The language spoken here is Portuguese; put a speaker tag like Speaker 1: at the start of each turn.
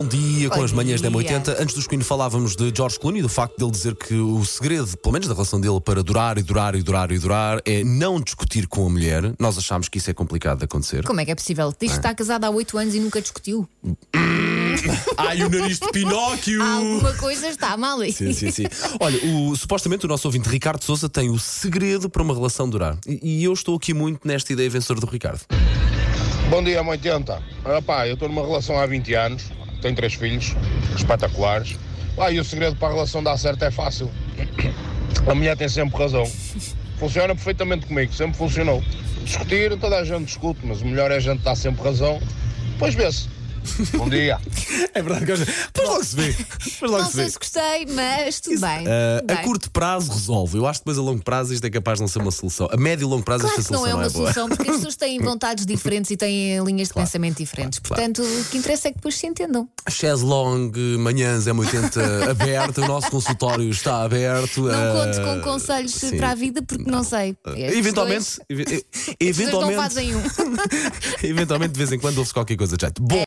Speaker 1: Bom dia, com
Speaker 2: Bom
Speaker 1: as manhãs da
Speaker 2: dia.
Speaker 1: M80. Antes dos Queen falávamos de George Clooney, do facto dele dizer que o segredo, pelo menos da relação dele, para durar e durar e durar e durar, é não discutir com a mulher. Nós achámos que isso é complicado de acontecer.
Speaker 2: Como é que é possível? Diz que está casado há 8 anos e nunca discutiu.
Speaker 1: Ai, o nariz de Pinóquio!
Speaker 2: Alguma coisa está mal aí.
Speaker 1: Hum. Sim, sim, sim. Olha, o- supostamente o nosso ouvinte Ricardo Souza tem o segredo para uma relação durar. E, e eu estou aqui muito nesta ideia vencedora do Ricardo.
Speaker 3: Bom dia, 80. Pá, eu estou numa relação há 20 anos, tenho três filhos espetaculares. Pá, e o segredo para a relação dar certo é fácil. A mulher tem sempre razão. Funciona perfeitamente comigo, sempre funcionou. Discutir, toda a gente discute, mas o melhor é a gente dar sempre razão. Depois vê-se. Bom dia.
Speaker 1: É verdade, que eu- depois logo se vê. Depois logo
Speaker 2: Não
Speaker 1: se vê.
Speaker 2: sei se gostei, mas tudo bem.
Speaker 1: Ah,
Speaker 2: tudo
Speaker 1: a
Speaker 2: bem.
Speaker 1: curto prazo resolve. Eu acho que depois a longo prazo isto é capaz de não ser uma solução. A médio e longo prazo
Speaker 2: Claro
Speaker 1: esta
Speaker 2: que não
Speaker 1: solução
Speaker 2: é uma
Speaker 1: boa.
Speaker 2: solução, porque as pessoas têm vontades diferentes e têm linhas de pensamento diferentes.
Speaker 1: claro, claro.
Speaker 2: Portanto, o que interessa é que depois se entendam.
Speaker 1: Chaz Long, manhãs é 80 aberto, o nosso consultório está aberto.
Speaker 2: Não
Speaker 1: eh,
Speaker 2: conto com conselhos
Speaker 1: sim.
Speaker 2: para a vida, porque não, sei. Estes
Speaker 1: Eventualmente,
Speaker 2: dois-
Speaker 1: ev-
Speaker 2: estes dois não
Speaker 1: eventualmente,
Speaker 2: fazem um.
Speaker 1: eventualmente, de vez em quando, ouve-se qualquer coisa de jeito. Bom.